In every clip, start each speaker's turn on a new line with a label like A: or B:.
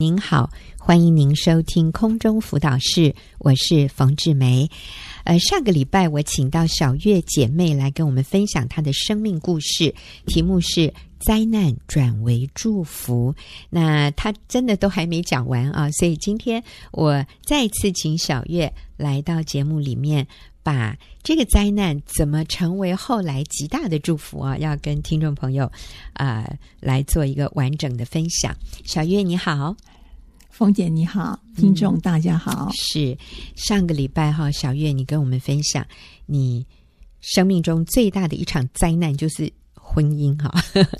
A: 您好，欢迎您收听空中辅导室，我是冯志梅。呃，上个礼拜我请到小月姐妹来跟我们分享她的生命故事，题目是“灾难转为祝福”。那她真的都还没讲完啊，所以今天我再次请小月来到节目里面，把这个灾难怎么成为后来极大的祝福啊，要跟听众朋友啊、呃来做一个完整的分享。小月你好。
B: 冯姐你好，听众大家好。
A: 是上个礼拜哈，小月你跟我们分享你生命中最大的一场灾难就是婚姻哈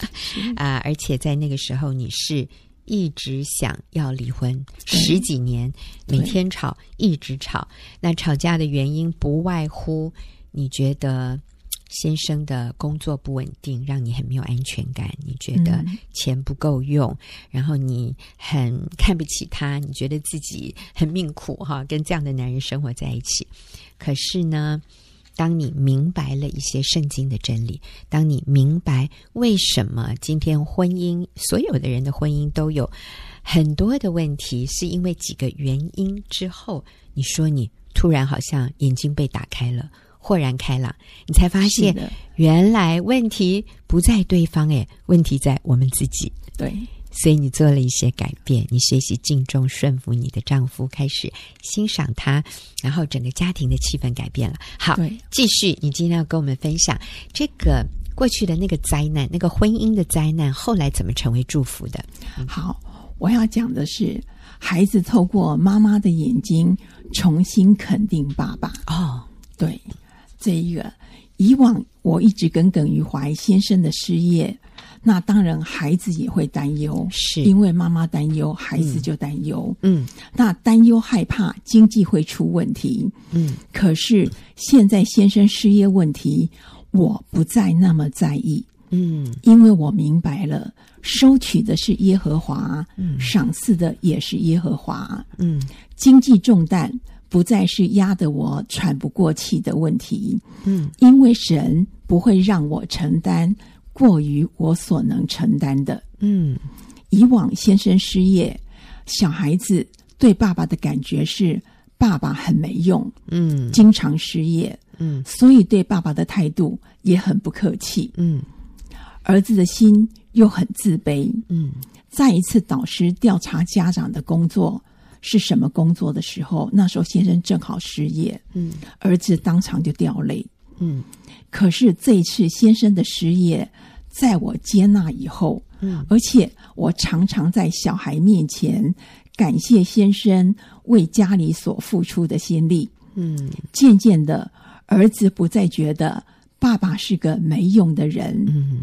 A: 啊，而且在那个时候你是一直想要离婚
B: 对
A: 十几年，
B: 对
A: 每天吵，一直吵。那吵架的原因不外乎你觉得。先生的工作不稳定，让你很没有安全感。你觉得
B: 嗯
A: 钱不够用，然后你很看不起他，你觉得自己很命苦哈，跟这样的男人生活在一起。可是呢，当你明白了一些圣经的真理，当你明白为什么今天婚姻所有的人的婚姻都有很多的问题，是因为几个原因之后，你说你突然好像眼睛被打开了，豁然开朗，你才发
B: 是
A: 现
B: 的，
A: 原来问题不在对方，诶，问题在我们自己。
B: 对，
A: 所以你做了一些改变，你学习敬重、顺服你的丈夫，开始欣赏他，然后整个家庭的气氛改变了。好，
B: 对，
A: 继续，你今天要跟我们分享这个过去的那个灾难，那个婚姻的灾难，后来怎么成为祝福的？
B: 好，我要讲的是，孩子透过妈妈的眼睛重新肯定爸爸。
A: 哦，
B: 对，这一个以往我一直耿耿于怀先生的失业，那当然孩子也会担忧，
A: 是
B: 因为妈妈担忧，孩子就担忧。
A: 嗯
B: 那担忧害怕经济会出问题，
A: 嗯，
B: 可是现在先生失业问题，我不再那么在意。
A: 嗯
B: 因为我明白了，收取的是耶和华，赏赐的也是耶和华。
A: 嗯
B: 经济重担不再是压得我喘不过气的问题，
A: 嗯
B: 因为神不会让我承担过于我所能承担的。
A: 嗯
B: 以往先生失业，小孩子对爸爸的感觉是爸爸很没用，
A: 嗯
B: 经常失业，
A: 嗯
B: 所以对爸爸的态度也很不客气。
A: 嗯
B: 儿子的心又很自卑，
A: 嗯
B: 再一次导师调查家长的工作是什么工作的时候，那时候先生正好失业，
A: 嗯，
B: 儿子当场就掉泪。
A: 嗯
B: 可是这一次先生的失业，在我接纳以后，
A: 嗯，
B: 而且我常常在小孩面前感谢先生为家里所付出的心力。
A: 嗯
B: 渐渐的，儿子不再觉得爸爸是个没用的人，
A: 嗯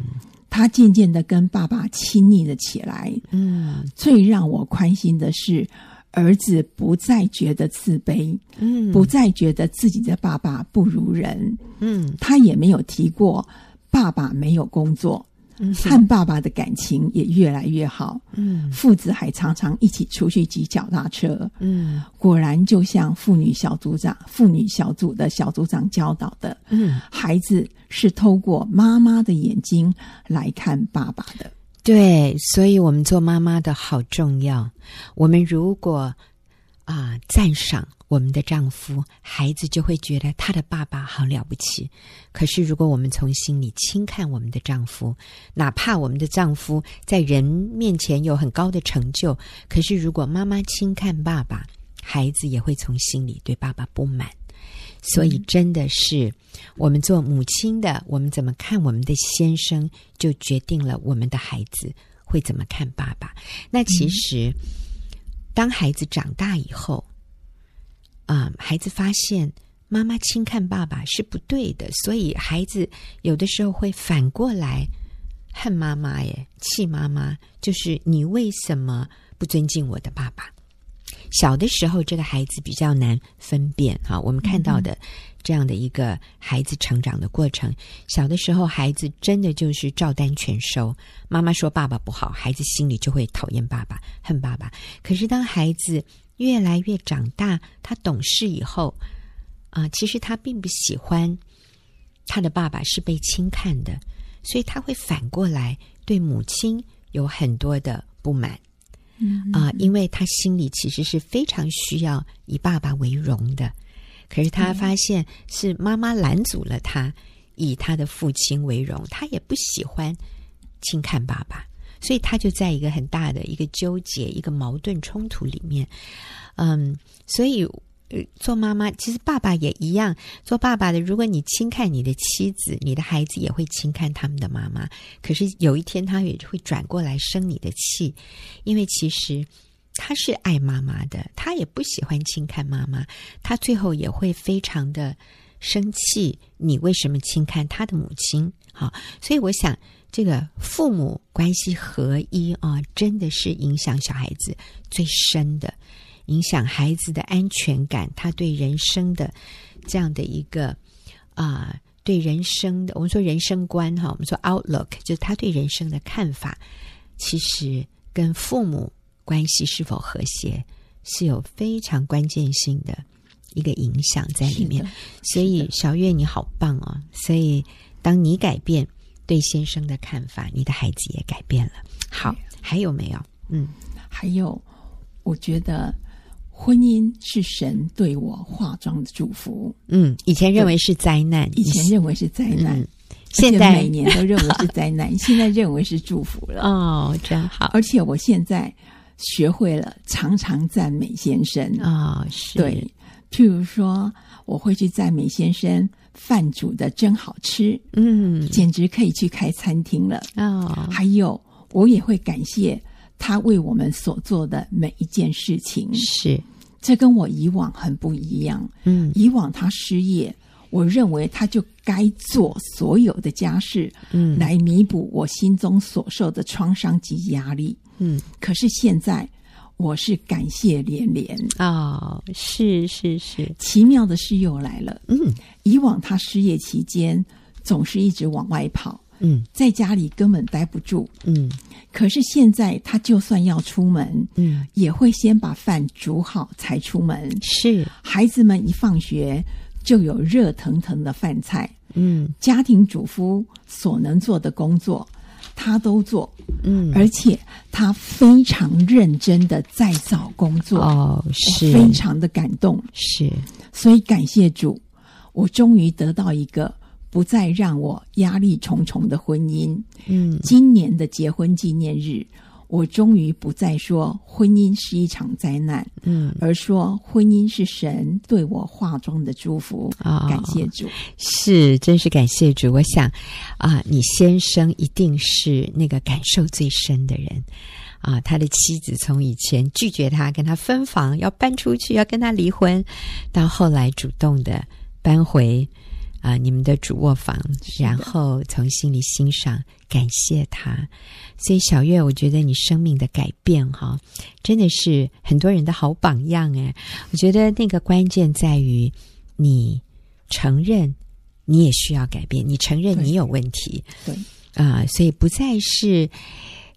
B: 他渐渐的跟爸爸亲昵了起来。
A: 嗯
B: 最让我宽心的是，儿子不再觉得自卑，
A: 嗯
B: 不再觉得自己的爸爸不如人。
A: 嗯
B: 他也没有提过爸爸没有工作，
A: 嗯
B: 和爸爸的感情也越来越好。
A: 嗯
B: 父子还常常一起出去骑脚踏车。
A: 嗯
B: 果然，就像妇女小组长、妇女小组的小组长教导的，
A: 嗯。
B: 孩子是透过妈妈的眼睛来看爸爸的。
A: 对，所以我们做妈妈的好重要。我们如果啊、赞赏我们的丈夫，孩子就会觉得他的爸爸好了不起。可是如果我们从心里轻看我们的丈夫，哪怕我们的丈夫在人面前有很高的成就，可是如果妈妈轻看爸爸，孩子也会从心里对爸爸不满。所以，真的是我们做母亲的，我们怎么看我们的先生，就决定了我们的孩子会怎么看爸爸。那其实，当孩子长大以后，啊、孩子发现妈妈轻看爸爸是不对的，所以孩子有的时候会反过来恨妈妈耶，气妈妈，就是你为什么不尊敬我的爸爸？小的时候，这个孩子比较难分辨哈。我们看到的这样的一个孩子成长的过程，小的时候，孩子真的就是照单全收。妈妈说爸爸不好，孩子心里就会讨厌爸爸、恨爸爸。可是当孩子越来越长大，他懂事以后，啊、其实他并不喜欢他的爸爸是被轻看的，所以他会反过来对母亲有很多的不满。啊、因为他心里其实是非常需要以爸爸为荣的，可是他发现是妈妈拦阻了他，以他的父亲为荣，他也不喜欢轻看爸爸，所以他就在一个很大的一个纠结、一个矛盾冲突里面，嗯，所以。呃做妈妈，其实爸爸也一样。做爸爸的，如果你轻看你的妻子，你的孩子也会轻看他们的妈妈。可是有一天，他也会转过来生你的气，因为其实他是爱妈妈的，他也不喜欢轻看妈妈，他最后也会非常的生气。你为什么轻看他的母亲？好，所以我想，这个父母关系合一啊，真的是影响小孩子最深的，影响孩子的安全感，他对人生的这样的一个啊、对人生的我们说人生观哈，我们说 outlook，就是他对人生的看法。其实跟父母关系是否和谐是有非常关键性的一个影响在里面
B: 是的。
A: 所以小月你好棒哦！所以当你改变对先生的看法，你的孩子也改变了。好，
B: 啊
A: 还有没有？嗯，
B: 还有，我觉得婚姻是神对我化妆的祝福。
A: 嗯，以前认为是灾难，
B: 以前认为是灾难，
A: 嗯
B: 而
A: 现
B: 且
A: 在
B: 每年都认为是灾 难，现在认为是祝福了。
A: 哦，真好
B: 而且我现在学会了常常赞美先生。
A: 哦，是
B: 嗯对，譬如说，我会去赞美先生饭煮的真好吃，
A: 嗯，
B: 简直可以去开餐厅了。
A: 哦，
B: 还有，我也会感谢他为我们所做的每一件事情。
A: 是，
B: 这跟我以往很不一样。
A: 嗯
B: 以往他失业，我认为他就该做所有的家事，
A: 嗯
B: 来弥补我心中所受的创伤及压力。
A: 嗯，
B: 可是现在，我是感谢连连。
A: 哦，是是是，
B: 奇妙的事又来了，
A: 嗯
B: 以往他失业期间总是一直往外跑，
A: 嗯
B: 在家里根本待不住。
A: 嗯
B: 可是现在，他就算要出门，
A: 嗯，
B: 也会先把饭煮好才出门。
A: 是，
B: 孩子们一放学就有热腾腾的饭菜，
A: 嗯
B: 家庭主妇所能做的工作，她都做，
A: 嗯，
B: 而且她非常认真的在找工作，
A: 哦，
B: 我
A: 是
B: 非常的感动，
A: 是，
B: 所以感谢主，我终于得到一个不再让我压力重重的婚姻。
A: 嗯
B: 今年的结婚纪念日，我终于不再说婚姻是一场灾难，
A: 嗯。
B: 而说婚姻是神对我化妆的祝福，
A: 啊
B: 感谢主。
A: 是，真是感谢主。我想，啊，你先生一定是那个感受最深的人，啊，他的妻子从以前拒绝他，跟他分房，要搬出去，要跟他离婚，到后来主动的搬回啊你们的主卧房，
B: 是的
A: 然后从心里欣赏，感谢他。所以小月，我觉得你生命的改变哈、真的是很多人的好榜样哎。我觉得那个关键在于你承认你也需要改变，你承认
B: 对
A: 你有问题
B: 对，
A: 啊、所以不再是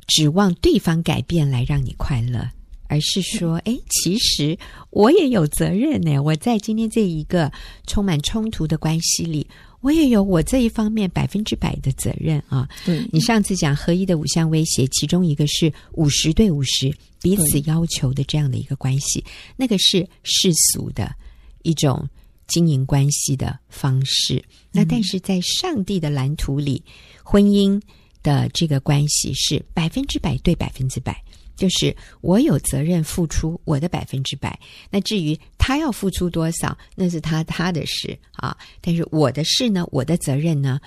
A: 指望对方改变来让你快乐。而是说，哎，其实我也有责任呢。我在今天这一个充满冲突的关系里，我也有我这一方面百分之百的责任啊。
B: 对，
A: 你上次讲合一的五项威胁，其中一个是五十对五十彼此
B: 对
A: 要求的这样的一个关系，那个是世俗的一种经营关系的方式。那但是在上帝的蓝图里，婚姻的这个关系是百分之百对百分之百。就是我有责任付出我的百分之百，那至于他要付出多少，那是他他的事啊。但是我的事呢，我的责任呢，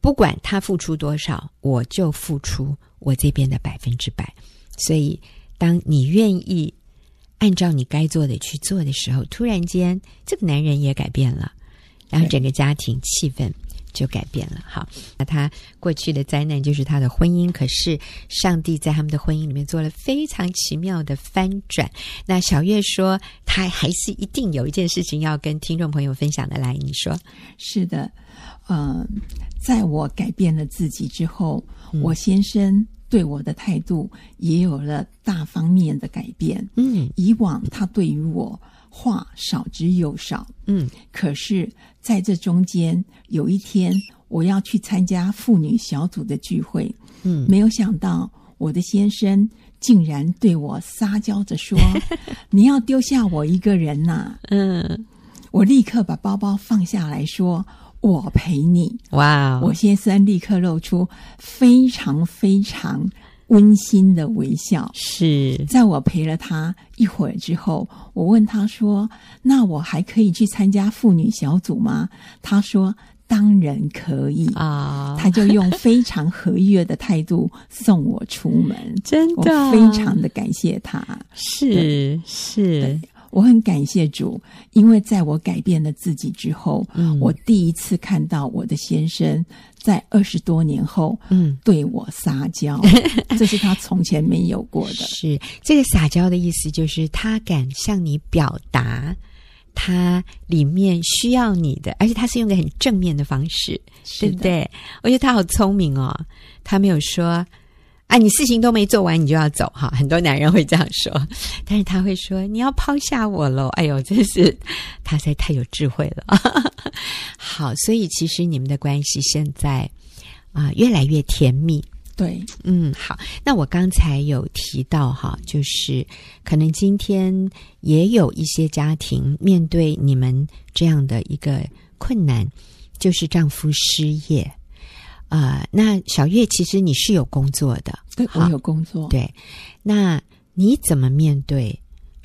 A: 不管他付出多少，我就付出我这边的百分之百。所以，当你愿意按照你该做的去做的时候，突然间这个男人也改变了，然后
B: 对
A: 整个家庭气氛就改变了。好，那他过去的灾难就是他的婚姻，可是上帝在他们的婚姻里面做了非常奇妙的翻转。那小月说，她还是一定有一件事情要跟听众朋友分享的。来，你说，
B: 是的，嗯、在我改变了自己之后，
A: 嗯
B: 我先生对我的态度也有了大方面的改变。
A: 嗯
B: 以往他对于我话少之又少，
A: 嗯
B: 可是在这中间，有一天我要去参加妇女小组的聚会，
A: 嗯，
B: 没有想到我的先生竟然对我撒娇着 说：“你要丢下我一个人呐、
A: 嗯，
B: 我立刻把包包放下来说：“我陪你。”
A: 哇哦
B: 我，先生立刻露出非常非常温馨的微笑。
A: 是
B: 在我陪了他一会儿之后，我问他说：“那我还可以去参加妇女小组吗？”他说：“当然可以。”
A: 啊，
B: 他就用非常和悦的态度送我出门，
A: 真
B: 我
A: 的啊
B: 非常的感谢他。
A: 是是
B: 对，我很感谢主，因为在我改变了自己之后，
A: 嗯
B: 我第一次看到我的先生在二十多年后
A: 嗯。
B: 对我 撒娇，这是他从前没有过的。
A: 是这个撒娇的意思，就是他敢向你表达他里面需要你的，而且他是用一个很正面的方式，对
B: 是
A: 不
B: 的，
A: 对？我觉得他好聪明哦，他没有说。啊，你事情都没做完，你就要走哈？很多男人会这样说，但是他会说你要抛下我喽。哎呦，真是他实在太有智慧了。 好，所以其实你们的关系现在啊、越来越甜蜜，
B: 对，
A: 嗯，好。那我刚才有提到哈，就是可能今天也有一些家庭面对你们这样的一个困难，就是丈夫失业。呃，那小月，其实你是有工作的，
B: 对
A: 好
B: 我有工作，
A: 对，那你怎么面对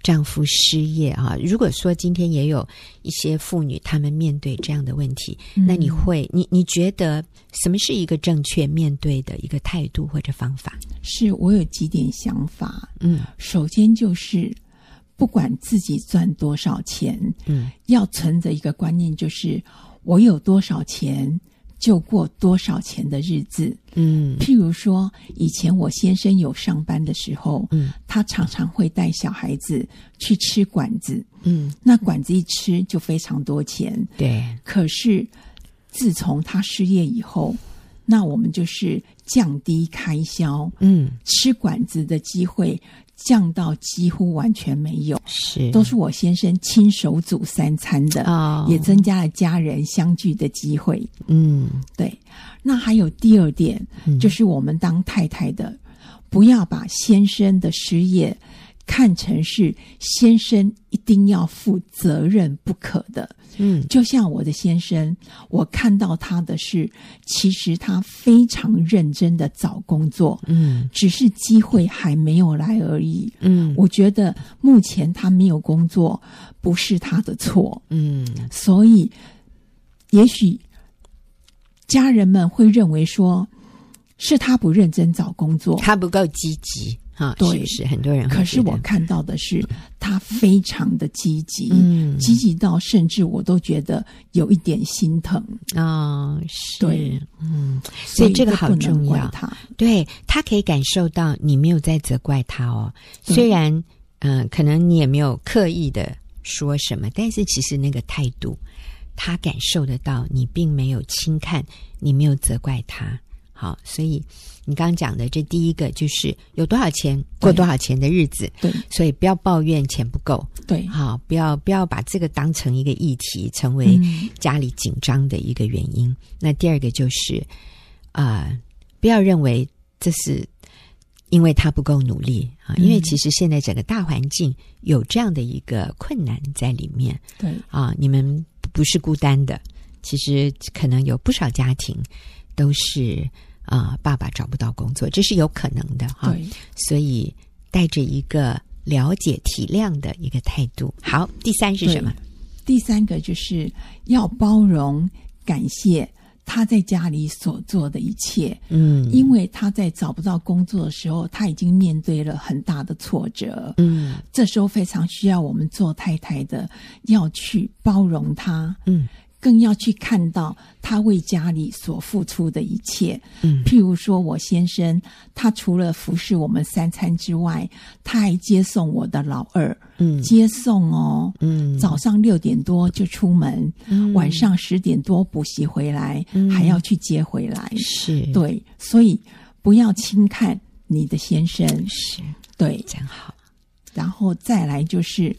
A: 丈夫失业啊？如果说今天也有一些妇女她们面对这样的问题，
B: 嗯
A: 那你会，你你觉得什么是一个正确面对的一个态度或者方法？
B: 是我有几点想法。
A: 嗯
B: 首先就是，不管自己赚多少钱，
A: 嗯，
B: 要存着一个观念，就是我有多少钱就过多少钱的日子。
A: 嗯
B: 譬如说，以前我先生有上班的时候，
A: 嗯，
B: 他常常会带小孩子去吃馆子，
A: 嗯，
B: 那馆子一吃就非常多钱。
A: 对，
B: 可是自从他失业以后，那我们就是降低开销，
A: 嗯
B: 吃馆子的机会降到几乎完全没有，
A: 是
B: 都是我先生亲手煮三餐的，
A: 哦
B: 也增加了家人相聚的机会。
A: 嗯
B: 对，那还有第二点，
A: 嗯
B: 就是我们当太太的，不要把先生的失业看成是先生一定要负责任不可的。
A: 嗯
B: 就像我的先生，我看到他的是，其实他非常认真的找工作，
A: 嗯
B: 只是机会还没有来而已。
A: 嗯
B: 我觉得目前他没有工作，不是他的错，
A: 嗯
B: 所以也许家人们会认为说是他不认真找工作，
A: 他不够积极哈，
B: 对
A: 是不是？很多人会
B: 可是
A: 觉得
B: 我看到的是他非常的积极，
A: 嗯
B: 积极到甚至我都觉得有一点心疼，
A: 哦是
B: 对
A: 嗯，所
B: 所
A: 以这个
B: 不
A: 好
B: 能
A: 重
B: 怪
A: 要。
B: 他
A: 对他可以感受到你没有在责怪他哦，
B: 对
A: 虽然嗯、呃可能你也没有刻意的说什么，但是其实那个态度，他感受得到，你并没有轻看，你没有责怪他。好，所以你刚刚讲的这第一个就是有多少钱过多少钱的日子，
B: 对
A: 所以不要抱怨钱不够，
B: 对，
A: 好，不要不要把这个当成一个议题，成为
B: 嗯
A: 家里紧张的一个原因。那第二个就是，啊，不要认为这是因为他不够努力啊，因为
B: 嗯
A: 其实现在整个大环境有这样的一个困难在里面
B: 对
A: 啊，你们不是孤单的，其实可能有不少家庭都是啊、爸爸找不到工作，这是有可能的哈。
B: 对，
A: 所以带着一个了解、体谅的一个态度。好，第三是什么？
B: 第三个就是要包容、感谢他在家里所做的一切，
A: 嗯
B: 因为他在找不到工作的时候，他已经面对了很大的挫折。
A: 嗯
B: 这时候非常需要我们做太太的要去包容他，
A: 嗯
B: 更要去看到他为家里所付出的一切。
A: 嗯
B: 譬如说，我先生他除了服侍我们三餐之外，他还接送我的老二，
A: 嗯
B: 接送哦，
A: 嗯
B: 早上六点多就出门，
A: 嗯
B: 晚上十点多补习回来，
A: 嗯
B: 还要去接回来。
A: 是
B: 对，所以不要轻看你的先生。
A: 是
B: 对，
A: 真好。
B: 然后再来就是，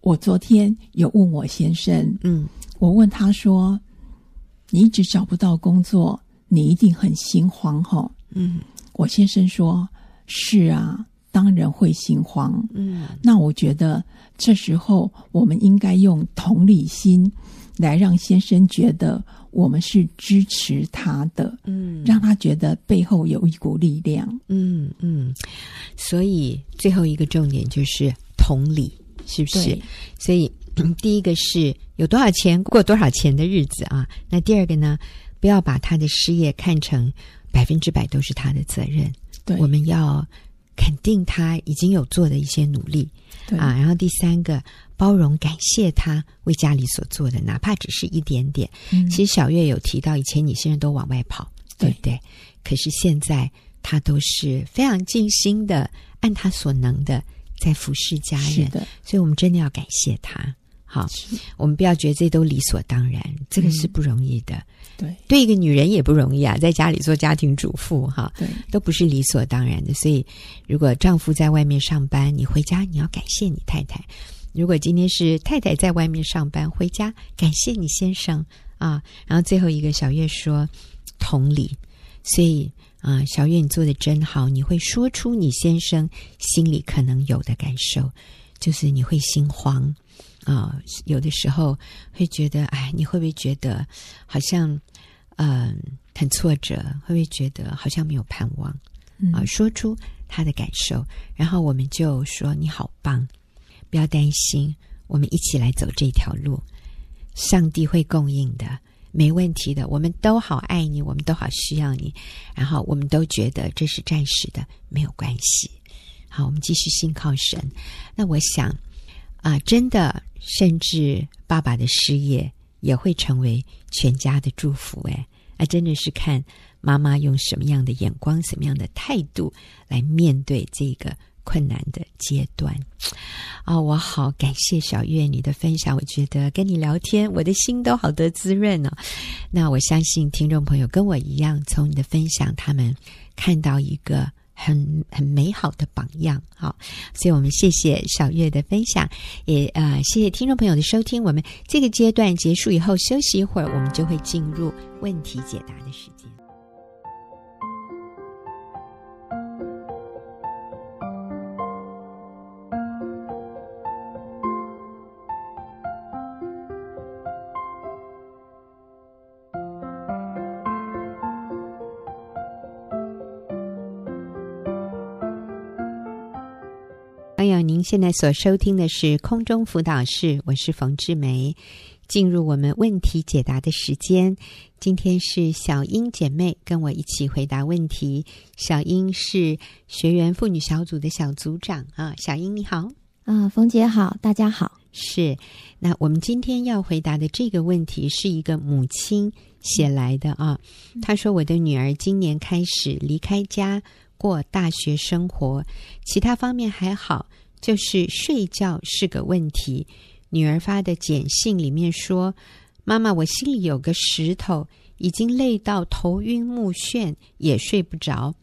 B: 我昨天有问我先生，
A: 嗯
B: 我问他说：“你一直找不到工作，你一定很心慌吼、
A: 嗯
B: 我先生说：“是啊，
C: 当然会心慌。
A: 嗯
C: 那我觉得这时候我们应该用同理心来让先生觉得我们是支持他的，
A: 嗯
C: 让他觉得背后有一股力量。
A: 嗯嗯，所以最后一个重点就是同理，是不是
C: 对？，
A: 所以嗯第一个是有多少钱过多少钱的日子啊。那第二个呢，不要把他的失业看成百分之百都是他的责任，
C: 对，
A: 我们要肯定他已经有做的一些努力
C: 对
A: 啊。然后第三个，包容感谢他为家里所做的，哪怕只是一点点。
C: 嗯
A: 其实小月有提到，以前你先生都往外跑，对
C: 对
A: 不对？可是现在他都是非常尽心的，按他所能的在服侍家
C: 是
A: 人，
C: 的，
A: 所以我们真的要感谢他。好，
C: 是
A: 我们不要觉得这都理所当然，这个
C: 嗯
A: 是不容易的。
C: 对
A: 对一个女人也不容易啊，在家里做家庭主妇哈，
C: 对
A: 都不是理所当然的。所以，如果丈夫在外面上班，你回家你要感谢你太太；如果今天是太太在外面上班，回家感谢你先生啊。然后最后一个，小月说同理，所以啊、小月你做的真好，你会说出你先生心里可能有的感受，就是你会心慌。啊、有的时候会觉得，哎，你会不会觉得好像，嗯、很挫折，会不会觉得好像没有盼望
C: 嗯
A: 啊、说出他的感受，然后我们就说你好棒，不要担心，我们一起来走这条路，上帝会供应的，没问题的。我们都好爱你，我们都好需要你，然后我们都觉得这是暂时的，没有关系。好，我们继续信靠神。那我想啊、真的，甚至爸爸的失业也会成为全家的祝福。哎，那真的是看妈妈用什么样的眼光、什么样的态度来面对这个困难的阶段。啊、我好感谢小月你的分享，我觉得跟你聊天，我的心都好得滋润哦。那我相信听众朋友跟我一样，从你的分享，他们看到一个很很美好的榜样。好，所以我们谢谢小月的分享，也呃谢谢听众朋友的收听。我们这个阶段结束以后，休息一会儿，我们就会进入问题解答的时间。朋友，您现在所收听的是空中辅导室，我是冯志梅。进入我们问题解答的时间，今天是小英姐妹跟我一起回答问题。小英是学员妇女小组的小组长啊，小英你好。
B: 啊，冯姐好，大家好。
A: 是，那我们今天要回答的这个问题是一个母亲写来的啊。她说：“我的女儿今年开始离开家过大学生活，其他方面还好，就是睡觉是个问题。”女儿发的简信里面说：“妈妈，我心里有个石头，已经累到头晕目眩，也睡不着。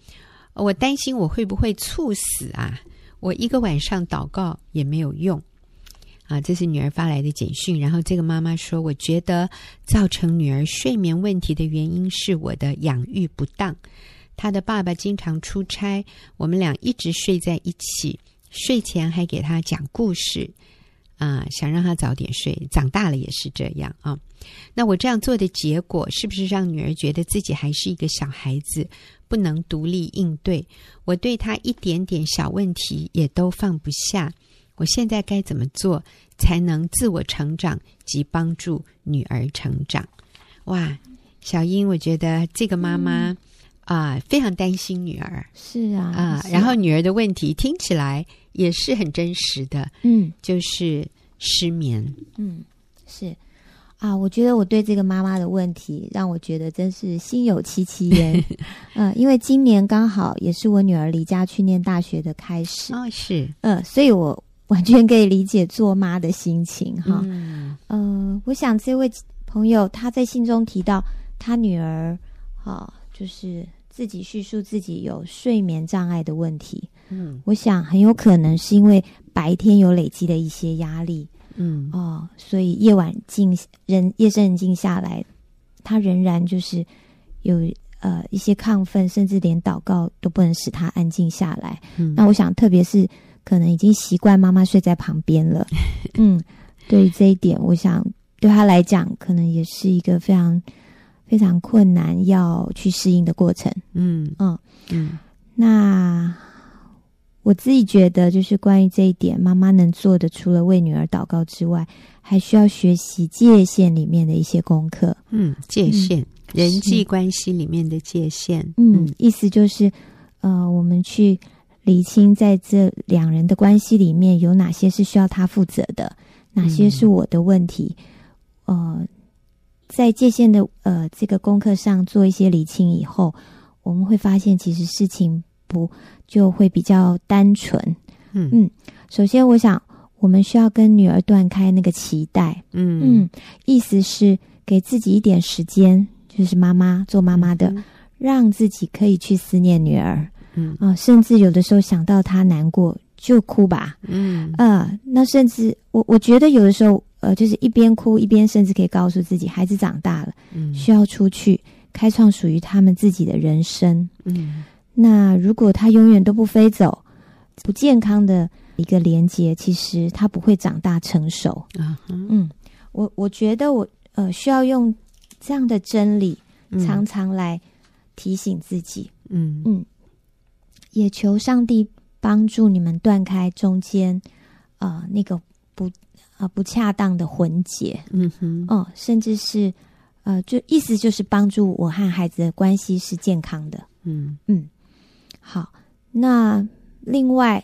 A: 我担心我会不会猝死啊？我一个晚上祷告也没有用。”啊，这是女儿发来的简讯。然后这个妈妈说：“我觉得造成女儿睡眠问题的原因是我的养育不当。她的爸爸经常出差，我们俩一直睡在一起，睡前还给她讲故事，啊，想让她早点睡。长大了也是这样啊。那我这样做的结果，是不是让女儿觉得自己还是一个小孩子，不能独立应对？我对她一点点小问题也都放不下。”我现在该怎么做才能自我成长及帮助女儿成长。哇，小英，我觉得这个妈妈啊、非常担心女儿
B: 是啊，
A: 啊、
B: 是
A: 然后女儿的问题听起来也是很真实的，
B: 嗯
A: 就是失眠。
B: 嗯是啊，我觉得我对这个妈妈的问题让我觉得真是心有戚戚焉。嗯，因为今年刚好也是我女儿离家去念大学的开始，
A: 哦，是
B: 嗯，所以我完全可以理解做妈的心情哈。
A: 嗯
B: 呃，我想这位朋友他在信中提到，他女儿啊，就是自己叙述自己有睡眠障碍的问题。
A: 嗯
B: 我想很有可能是因为白天有累积的一些压力
A: 嗯
B: 哦，所以夜晚静人夜深人静下来，他仍然就是有呃一些亢奋，甚至连祷告都不能使他安静下来。
A: 嗯
B: 那我想，特别是可能已经习惯妈妈睡在旁边了，嗯，对于这一点，我想对他来讲，可能也是一个非常非常困难要去适应的过程。
A: 嗯
B: 嗯，
A: 嗯
B: 那我自己觉得，就是关于这一点，妈妈能做的，除了为女儿祷告之外，还需要学习界限里面的一些功课。
A: 嗯，界限，人际
B: 是
A: 关系里面的界限，
B: 嗯，意思就是，呃，我们去理清在这两人的关系里面有哪些是需要他负责的，哪些是我的问题，呃，在界限的呃这个功课上做一些理清以后，我们会发现其实事情不就会比较单纯。
A: 嗯嗯
B: 嗯首先，我想我们需要跟女儿断开那个脐带，
A: 嗯
B: 嗯，意思是给自己一点时间，就是妈妈做妈妈的，
A: 嗯
B: 让自己可以去思念女儿
A: 嗯
B: 啊、甚至有的时候想到她难过就哭吧，
A: 嗯
B: 呃，那甚至我我觉得有的时候，呃，就是一边哭一边甚至可以告诉自己，孩子长大了，
A: 嗯
B: 需要出去开创属于他们自己的人生。
A: 嗯
B: 那如果他永远都不飞走，不健康的一个连接，其实他不会长大成熟。
A: 啊哈
B: 嗯，我我觉得我呃需要用这样的真理，
A: 嗯
B: 常常来提醒自己，
A: 嗯
B: 也求上帝帮助你们断开中间呃那个不呃不恰当的混结
A: 嗯哼
B: 哦、甚至是呃就意思就是帮助我和孩子的关系是健康的。
A: 嗯
B: 好，那另外，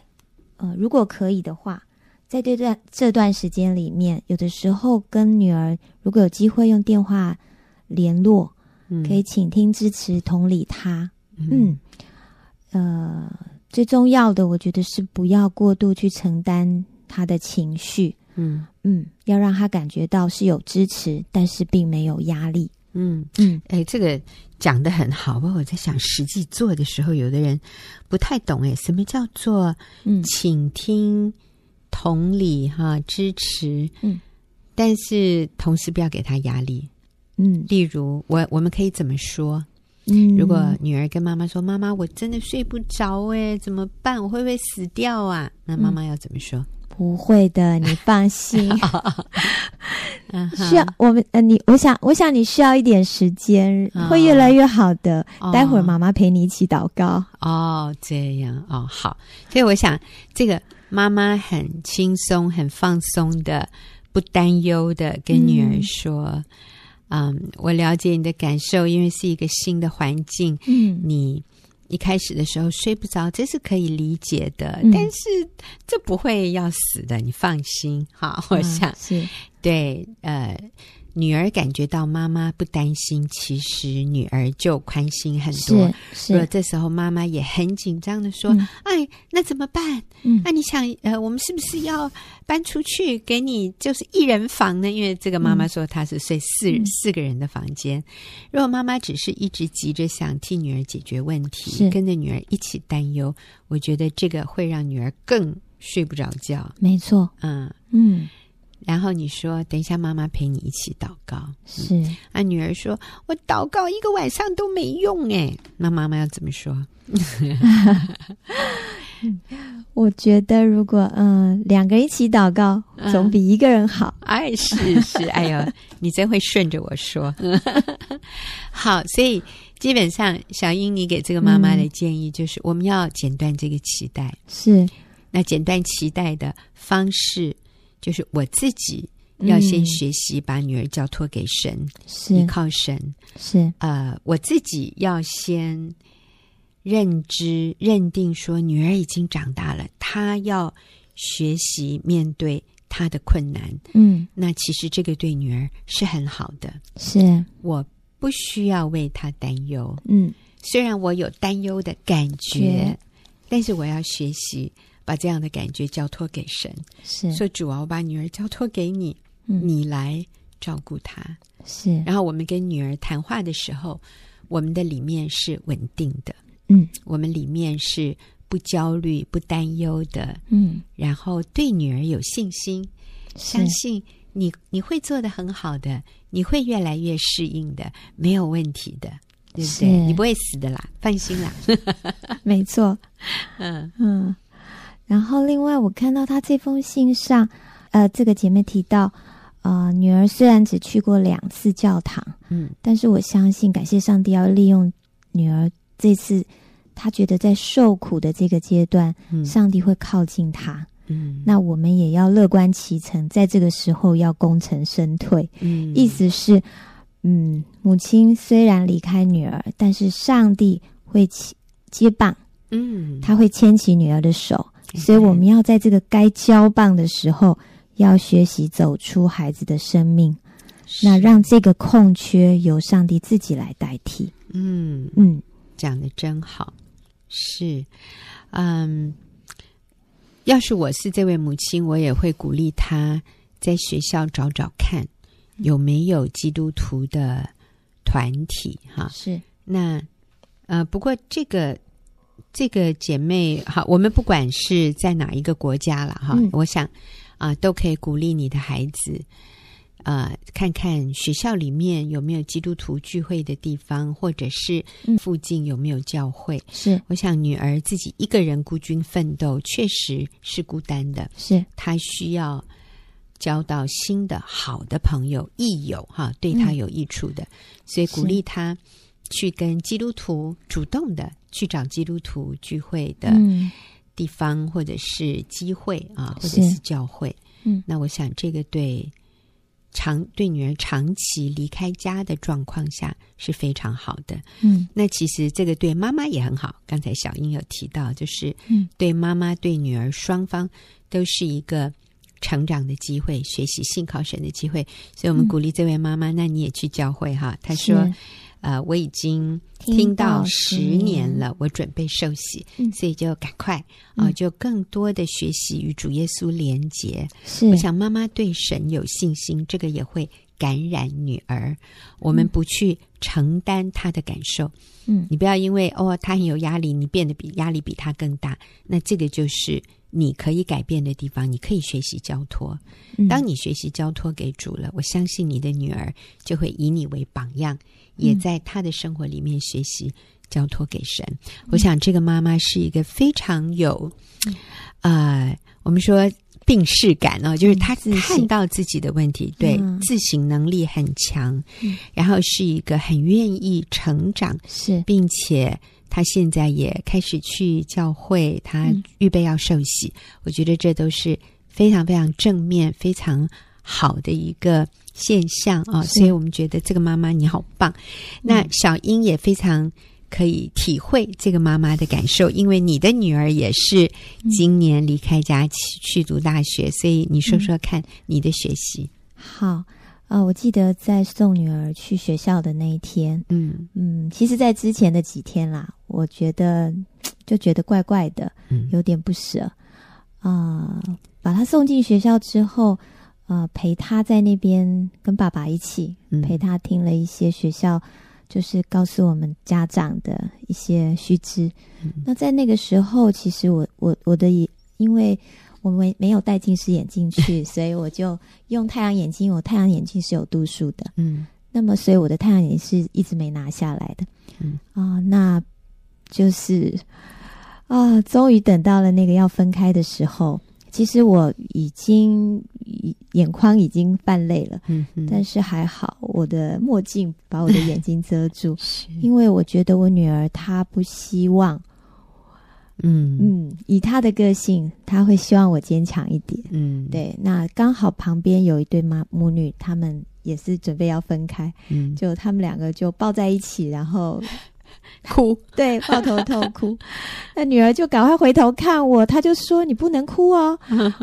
B: 呃，如果可以的话，在这段这段时间里面，有的时候跟女儿如果有机会用电话联络，
A: 嗯
B: 可以倾听、支持、同理她。
A: 嗯
B: 嗯，呃，最重要的，我觉得是不要过度去承担她的情绪。
A: 嗯
B: 嗯，要让她感觉到是有支持，但是并没有压力。
A: 嗯。
B: 嗯
A: 哎，这个讲的很好，不过我在想，实际做的时候，有的人不太懂哎，什么叫做
B: 嗯
A: 倾听、同理、哈支持，
B: 嗯，
A: 但是同时不要给他压力。
B: 嗯
A: 例如，我我们可以怎么说？
B: 嗯，
A: 如果女儿跟妈妈说：“妈妈，我真的睡不着哎，怎么办？我会不会死掉啊？”那
B: 嗯
A: 妈妈要怎么说？
B: 不会的，你 放心。
A: 嗯哼
B: 需要我们呃，你我想，我想你需要一点时间，
A: 啊
B: 会越来越好的。
A: 哦
B: 待会儿妈妈陪你一起祷告。
A: 哦，这样哦，好，所以我想，这个妈妈很轻松、很放松的，不担忧的跟女儿说：“嗯我了解你的感受，因为是一个新的环境，
B: 嗯
A: 你一开始的时候睡不着，这是可以理解的，
B: 嗯
A: 但是这不会要死的，你放心。”好，
B: 嗯
A: 我想、
B: 啊是，
A: 对，呃，女儿感觉到妈妈不担心，其实女儿就宽心很多。
B: 是
A: 如果
B: 是，
A: 这时候妈妈也很紧张的说：“
B: 嗯
A: 哎，那怎么办？
B: 嗯
A: 那、你想，呃，我们是不是要搬出去，给你就是一人房呢？因为这个妈妈说她是睡四、
B: 嗯
A: 四个人的房间。如果妈妈只是一直急着想替女儿解决问题，
B: 是
A: 跟着女儿一起担忧，我觉得这个会让女儿更睡不着觉。
B: 没错，
A: 嗯，
B: 嗯
A: 然后你说，等一下妈妈陪你一起祷告。
B: 是，
A: 啊，女儿说：“我祷告一个晚上都没用。”哎，那妈妈要怎么说？
B: 我觉得如果嗯两个人一起祷告，
A: 嗯
B: 总比一个人好。
A: 哎，是是，哎呦，你真会顺着我说。 好，所以基本上，小英，你给这个妈妈的建议就是，我们要剪断这个脐带。
B: 是，
A: 那剪断脐带的方式，就是我自己要先
B: 嗯
A: 学习把女儿交托给神，依
B: 是
A: 靠神。
B: 是，
A: 呃，我自己要先认知、认定说，女儿已经长大了，她要学习面对她的困难。
B: 嗯
A: 那其实这个对女儿是很好的，
B: 是，
A: 我不需要为她担忧。
B: 嗯
A: 虽然我有担忧的感觉
B: 觉，
A: 但是我要学习把这样的感觉交托给神，
B: 是
A: 说主啊，我把女儿交托给你，
B: 嗯
A: 你来照顾她。
B: 是，
A: 然后我们跟女儿谈话的时候，我们的里面是稳定的，
B: 嗯
A: 我们里面是不焦虑、不担忧的，
B: 嗯
A: 然后对女儿有信心，
B: 是
A: 相信你，你会做得很好的，你会越来越适应的，没有问题的。对不
B: 是
A: 对？你不会死的啦，放心啦。
B: 没错，
A: 嗯
B: 嗯。然后另外，我看到她这封信上，呃，这个姐妹提到，呃，女儿虽然只去过两次教堂，
A: 嗯
B: 但是我相信，感谢上帝要利用女儿这次，她觉得在受苦的这个阶段，
A: 嗯
B: 上帝会靠近她。
A: 嗯
B: 那我们也要乐观其成，在这个时候要功成身退。
A: 嗯
B: 意思是，嗯，母亲虽然离开女儿，但是上帝会起接棒，
A: 嗯，
B: 他会牵起女儿的手，所以我们要在这个该交棒的时候，要学习走出孩子的生命，
A: 是
B: 那让这个空缺由上帝自己来代替。
A: 嗯
B: 嗯，
A: 讲的真好，是嗯，要是我是这位母亲，我也会鼓励她在学校找找看
B: 嗯
A: 有没有基督徒的团体哈。
B: 是
A: 那呃，不过这个这个姐妹哈，我们不管是在哪一个国家了哈，
B: 嗯
A: 我想啊、都可以鼓励你的孩子。啊、看看学校里面有没有基督徒聚会的地方，或者是
B: 嗯
A: 附近有没有教会。
B: 是
A: 我想，女儿自己一个人孤军奋斗，确实是孤单的。
B: 是，
A: 他需要交到新的好的朋友、益友哈，对他有益处
B: 嗯
A: 的，所以鼓励他去跟基督徒主动的去找基督徒聚会的
B: 嗯
A: 地方，或者是机会啊，或
B: 是
A: 者是教会。
B: 嗯
A: 那我想这个对长对女儿长期离开家的状况下是非常好的。
B: 嗯
A: 那其实这个对妈妈也很好。刚才小英有提到，就是
B: 嗯
A: 对妈妈、对女儿双方都是一个成长的机会、学习信靠神的机会。所以我们
B: 嗯
A: 鼓励这位妈妈，那你也去教会哈。她说
B: 是：“
A: 呃，我已经听
B: 听
A: 到
B: 到
A: 十
B: 十
A: 年
B: 年
A: 了，我准备受洗，
B: 嗯
A: 所以就赶快啊、
B: 嗯
A: 就更多的学习与主耶稣连结。
B: 是
A: 我想妈妈对神有信心，这个也会感染女儿。我们不去承担她的感受，
B: 嗯
A: 你不要因为哦她很有压力，你变得比压力比她更大。那这个就是你可以改变的地方，你可以学习交托。
B: 嗯
A: 当你学习交托给主了，我相信你的女儿就会以你为榜样，也在她的生活里面学习交托给神。我想这个妈妈是一个非常有，呃，我们说病视感哦，就是她
B: 自省
A: 看到自己的问题，对
B: 嗯
A: 自省能力很强
B: 嗯，
A: 然后是一个很愿意成长
B: 是
A: 并且他现在也开始去教会，他
B: 嗯
A: 预备要受洗。我觉得这都是非常非常正面、非常好的一个现象啊、
B: 是嗯
A: 所以我们觉得这个妈妈你好棒。那小英也非常。可以体会这个妈妈的感受，因为你的女儿也是
B: 嗯
A: 今年离开家去去读大学，所以你说
B: 嗯
A: 说看你的学习。
B: 好。呃，我记得在送女儿去学校的那一天，
A: 嗯
B: 嗯，其实，在之前的几天啦，我觉得就觉得怪怪的，
A: 嗯
B: 有点不舍啊、呃把他送进学校之后，呃，陪他在那边跟爸爸一起
A: 嗯
B: 陪他听了一些学校，就是告诉我们家长的一些须知。
A: 嗯
B: 那在那个时候，其实我我我的也因为我没没有戴近视眼镜去， 所以我就用太阳眼镜。我太阳眼镜是有度数的，
A: 嗯
B: 那么，所以我的太阳眼是一直没拿下来的。
A: 嗯
B: 啊、那就是啊、终于等到了那个要分开的时候。其实我已经眼眶已经泛泪了，
A: 嗯嗯，，
B: 但是还好我的墨镜把我的眼睛遮住
A: 是
B: 因为我觉得我女儿她不希望，
A: 嗯
B: 嗯，以她的个性，她会希望我坚强一点。
A: 嗯，
B: 对，那刚好旁边有一对妈母女，她们也是准备要分开，
A: 嗯，
B: 就他们两个就抱在一起，然后
A: 哭，
B: 对抱头痛哭。 那女儿就赶快回头看我，她就说：“你不能 哭哦。”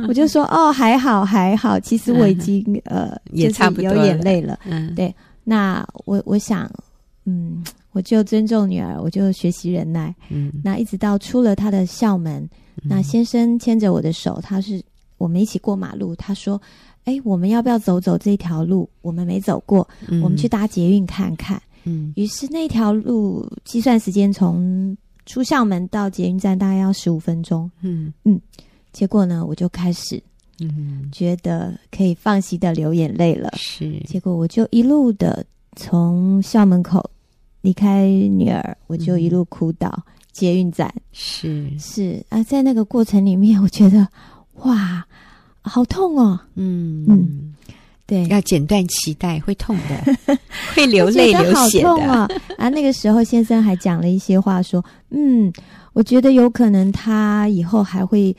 B: 我就说：“哦，还好还好，其实我已经呃，
A: 也
B: 就是
A: 差不多
B: 有眼泪了。
A: 嗯，
B: 那我我想，嗯，我就尊重女儿，我就学习忍耐。
A: 嗯，
B: 那一直到出了她的校门，那先生牵着我的手，他是我们一起过马路，他说。哎，我们要不要走走这条路？我们没走过，
A: 嗯
B: 我们去，搭捷运看看。
A: 嗯
B: 于是那条路计算时间从出校门到捷运站大概要十五分钟。
A: 嗯
B: 结果呢，我就开始
A: 嗯，
B: 觉得可以放心的流眼泪了。
A: 是，
B: 结果我就一路的从校门口离开女儿，我就一路哭到捷运站。
A: 是，
B: 是啊，在那个过程里面，我觉得哇，好痛哦。
A: 嗯
B: 嗯对，
A: 要剪断脐带会痛的，会流泪
B: 我觉
A: 流
B: 得好
A: 血
B: 痛
A: 的。
B: 啊！ 啊，那个时候先生还讲了一些话，说，嗯，我觉得有可能他以后还会，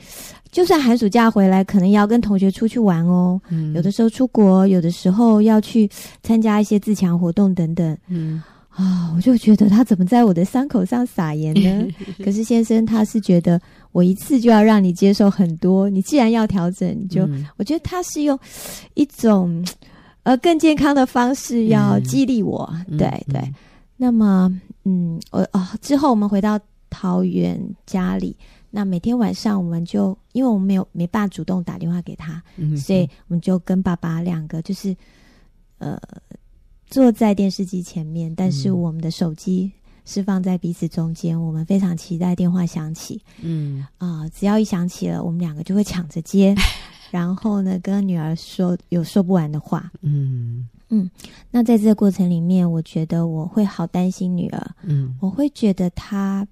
B: 就算寒暑假回来，可能也要跟同学出去玩哦。
A: 嗯
B: 有的时候出国，有的时候要去参加一些自强活动等等
A: 嗯
B: 啊、我就觉得他怎么在我的伤口上撒盐 呢？可是先生他是觉得我一次就要让你接受很多，你既然要调整，你就
A: 嗯
B: 我觉得他是用一种呃更健康的方式要
A: 嗯
B: 激励我，
A: 嗯
B: 对对。那么嗯，我哦之后我们回到桃园家里，那每天晚上我们就因为我们没有没办法主动打电话给他，
A: 嗯
B: 所以我们就跟爸爸两个就是呃坐在电视机前面，但是
A: 嗯
B: 我们的手机是放在彼此中间，我们非常期待电话响起。
A: 嗯
B: 啊、只要一想起了，我们两个就会抢着接，然后呢，跟女儿说有说不完的话。
A: 嗯
B: 那在这个过程里面，我觉得我会好担心女儿，
A: 嗯，
B: 我会觉得她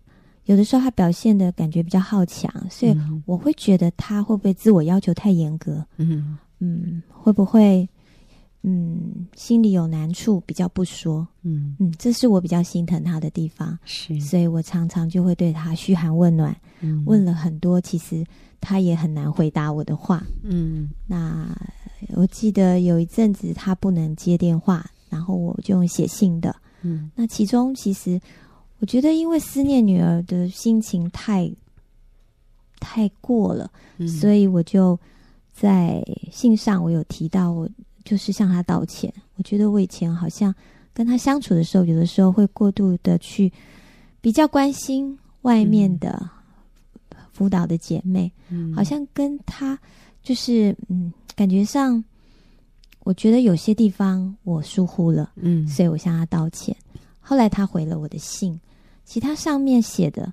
B: 有的时候她表现的感觉比较好强，所以
A: 嗯
B: 我会觉得她会不会自我要求太严格？
A: 嗯
B: 嗯，会不会嗯心里有难处比较不说？
A: 嗯
B: 嗯，这是我比较心疼她的地方，
A: 是
B: 所以我常常就会对她嘘寒问暖。问
A: 了
B: 了很多，其实他也很难回答我的话。
A: 嗯
B: 那呃我记得有一阵子他不能接电话，然后我就用写信的。
A: 嗯
B: 那其中其实我觉得，因为思念女儿的心情太太过了，
A: 嗯，
B: 所以我就在信上我有提到，我就是向她道歉。我觉得我以前好像跟她相处的时候，有的时候会过度的去比较关心外面的辅导的姐妹，
A: 以
B: 好像跟她就是嗯，感觉上我觉得有些地方我疏忽了，
A: 嗯
B: 所以我向她道歉。后来她回了我的信，其他上面写的。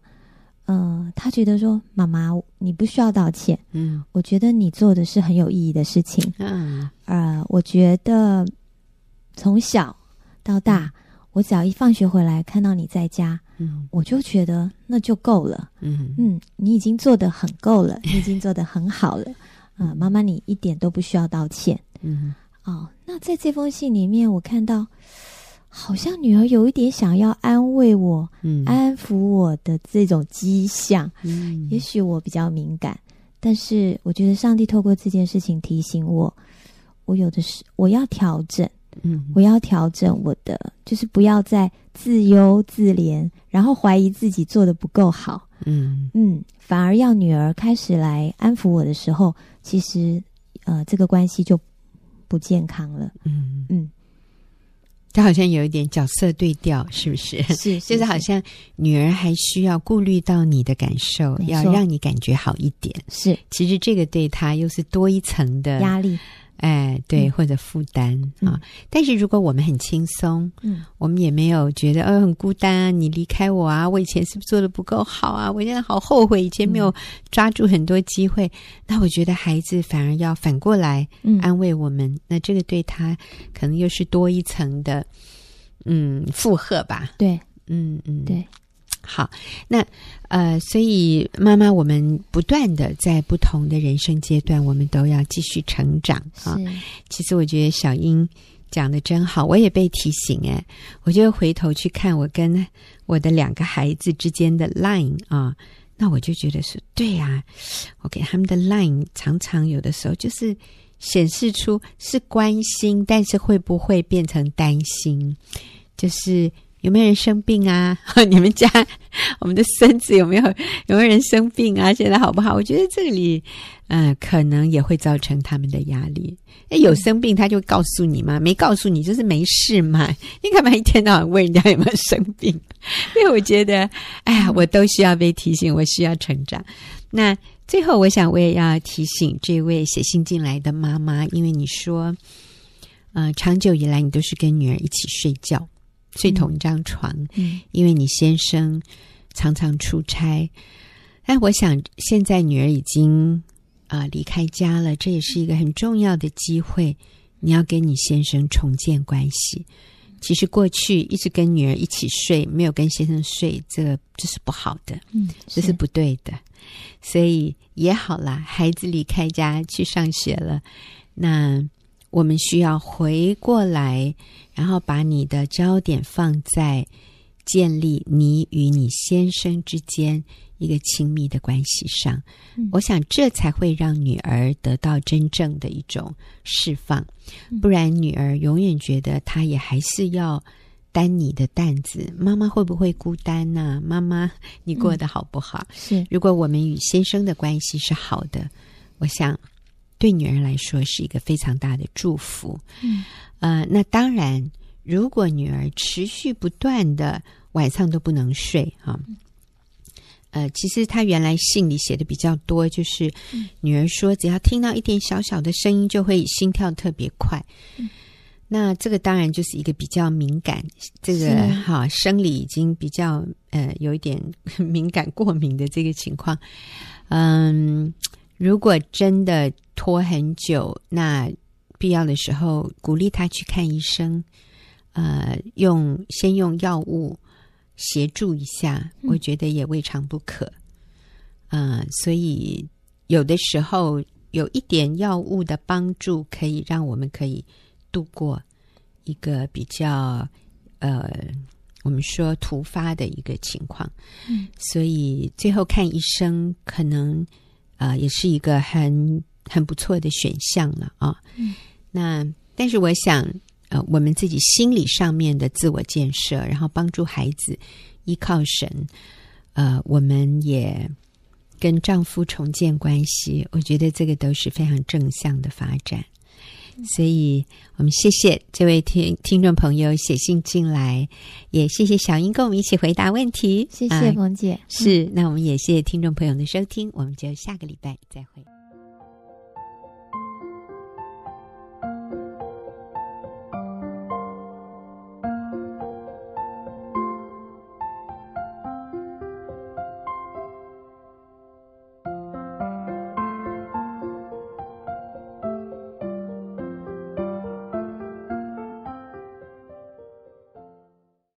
B: 呃，她觉得说：“妈妈，你不需要道歉，
A: 嗯
B: 我觉得你做的是很有意义的事情。
A: 啊
B: 呃，我觉得从小到大，我只要一放学回来看到你在家，
A: 嗯
B: 我就觉得那就够了。
A: 嗯
B: 嗯，你已经做得很够了， 你已经做得很好了。啊、妈妈，你一点都不需要道歉。
A: 嗯
B: 哦，那在这封信里面，我看到好像女儿有一点想要安慰我、
A: 嗯
B: 安抚我的这种迹象。
A: 嗯
B: 也许我比较敏感，但是我觉得上帝透过这件事情提醒我，我有的是我要调整，
A: 嗯
B: 我要调整我的，就是不要再自忧自怜，然后怀疑自己做的不够好。
A: 嗯
B: 嗯，反而要女儿开始来安抚我的时候，其实呃，这个关系就不健康了。
A: 嗯
B: 嗯，
A: 这好像有一点角色对调，是不是？
B: 是，
A: 就是好像女儿还需要顾虑到你的感受，
B: 没
A: 要
B: 错
A: 让你感觉好一点。
B: 是
A: 其实这个对她又是多一层的
B: 压力。
A: 哎，对，
B: 嗯
A: 或者负担啊。但是如果我们很轻松，
B: 嗯，
A: 我们也没有觉得呃很孤单啊，你离开我啊，我以前是不是做的不够好啊？我现在好后悔，以前
B: 嗯
A: 没有抓住很多机会。那我觉得孩子反而要反过来
B: 嗯，
A: 安慰我们，那这个对他可能又是多一层的嗯负荷吧。
B: 对，
A: 嗯，嗯，
B: 对。
A: 好，那呃，所以妈妈，我们不断的在不同的人生阶段，我们都要继续成长
B: 是
A: 啊。其实我觉得小英讲的真好，我也被提醒哎，我就回头去看我跟我的两个孩子之间的 line 啊，那我就觉得是对呀、我给他们的 line 常常有的时候就是显示出是关心，但是会不会变成担心？就是有没有人生病啊？ 你们家我们的孙子有没有有没有人生病啊？现在好不好？我觉得这里，嗯、可能也会造成他们的压力。哎，有生病他就告诉你嘛，没告诉你就是没事嘛。 你干嘛一天到晚问人家有没有生病？因为我觉得，哎呀，我都需要被提醒，我需要成长。那最后，我想我也要提醒这位写信进来的妈妈，因为你说，呃，长久以来你都是跟女儿一起睡觉，睡同一张床，
B: 嗯
A: 因为你先生常常出差。但我想现在女儿已经啊、呃离开家了，这也是一个很重要的机会，你要跟你先生重建关系。其实过去一直跟女儿一起睡，没有跟先生睡，这个这是不好的，
B: 嗯，
A: 这是不对的。所以也好啦，孩子离开家去上学了，那我们需要回过来，然后把你的焦点放在建立你与你先生之间一个亲密的关系上。
B: 嗯
A: 我想这才会让女儿得到真正的一种释放，不然女儿永远觉得她也还是要。担你的担子，妈妈会不会孤单呐、妈妈，你过得好不好？
B: 是
A: 如果我们与先生的关系是好的，我想对女儿来说是一个非常大的祝福。
B: 嗯，
A: 呃，那当然，如果女儿持续不断的晚上都不能睡哈、呃，其实她原来信里写的比较多，就是
B: 嗯
A: 女儿说，只要听到一点小小的声音，就会心跳特别快。
B: 嗯
A: 那这个当然就是一个比较敏感，这
B: 是
A: 个
B: 啊
A: 哈生理已经比较呃有一点敏感过敏的这个情况，嗯，如果真的拖很久，那必要的时候鼓励他去看医生，呃，用先用药物协助一下，
B: 嗯
A: 我觉得也未尝不可。呃，所以有的时候有一点药物的帮助，可以让我们可以度过一个比较呃，我们说突发的一个情况。
B: 嗯
A: 所以最后看医生可能呃也是一个很很不错的选项了啊。
B: 嗯
A: 那但是我想呃，我们自己心理上面的自我建设，然后帮助孩子依靠神，呃，我们也。跟丈夫重建关系，我觉得这个都是非常正向的发展。
B: 嗯
A: 所以我们谢谢这位听听众朋友写信进来，也谢谢小英跟我们一起回答问题。
B: 谢
A: 啊
B: 谢冯姐，
A: 是，那我们也谢谢听众朋友的收听，我们就下个礼拜再会。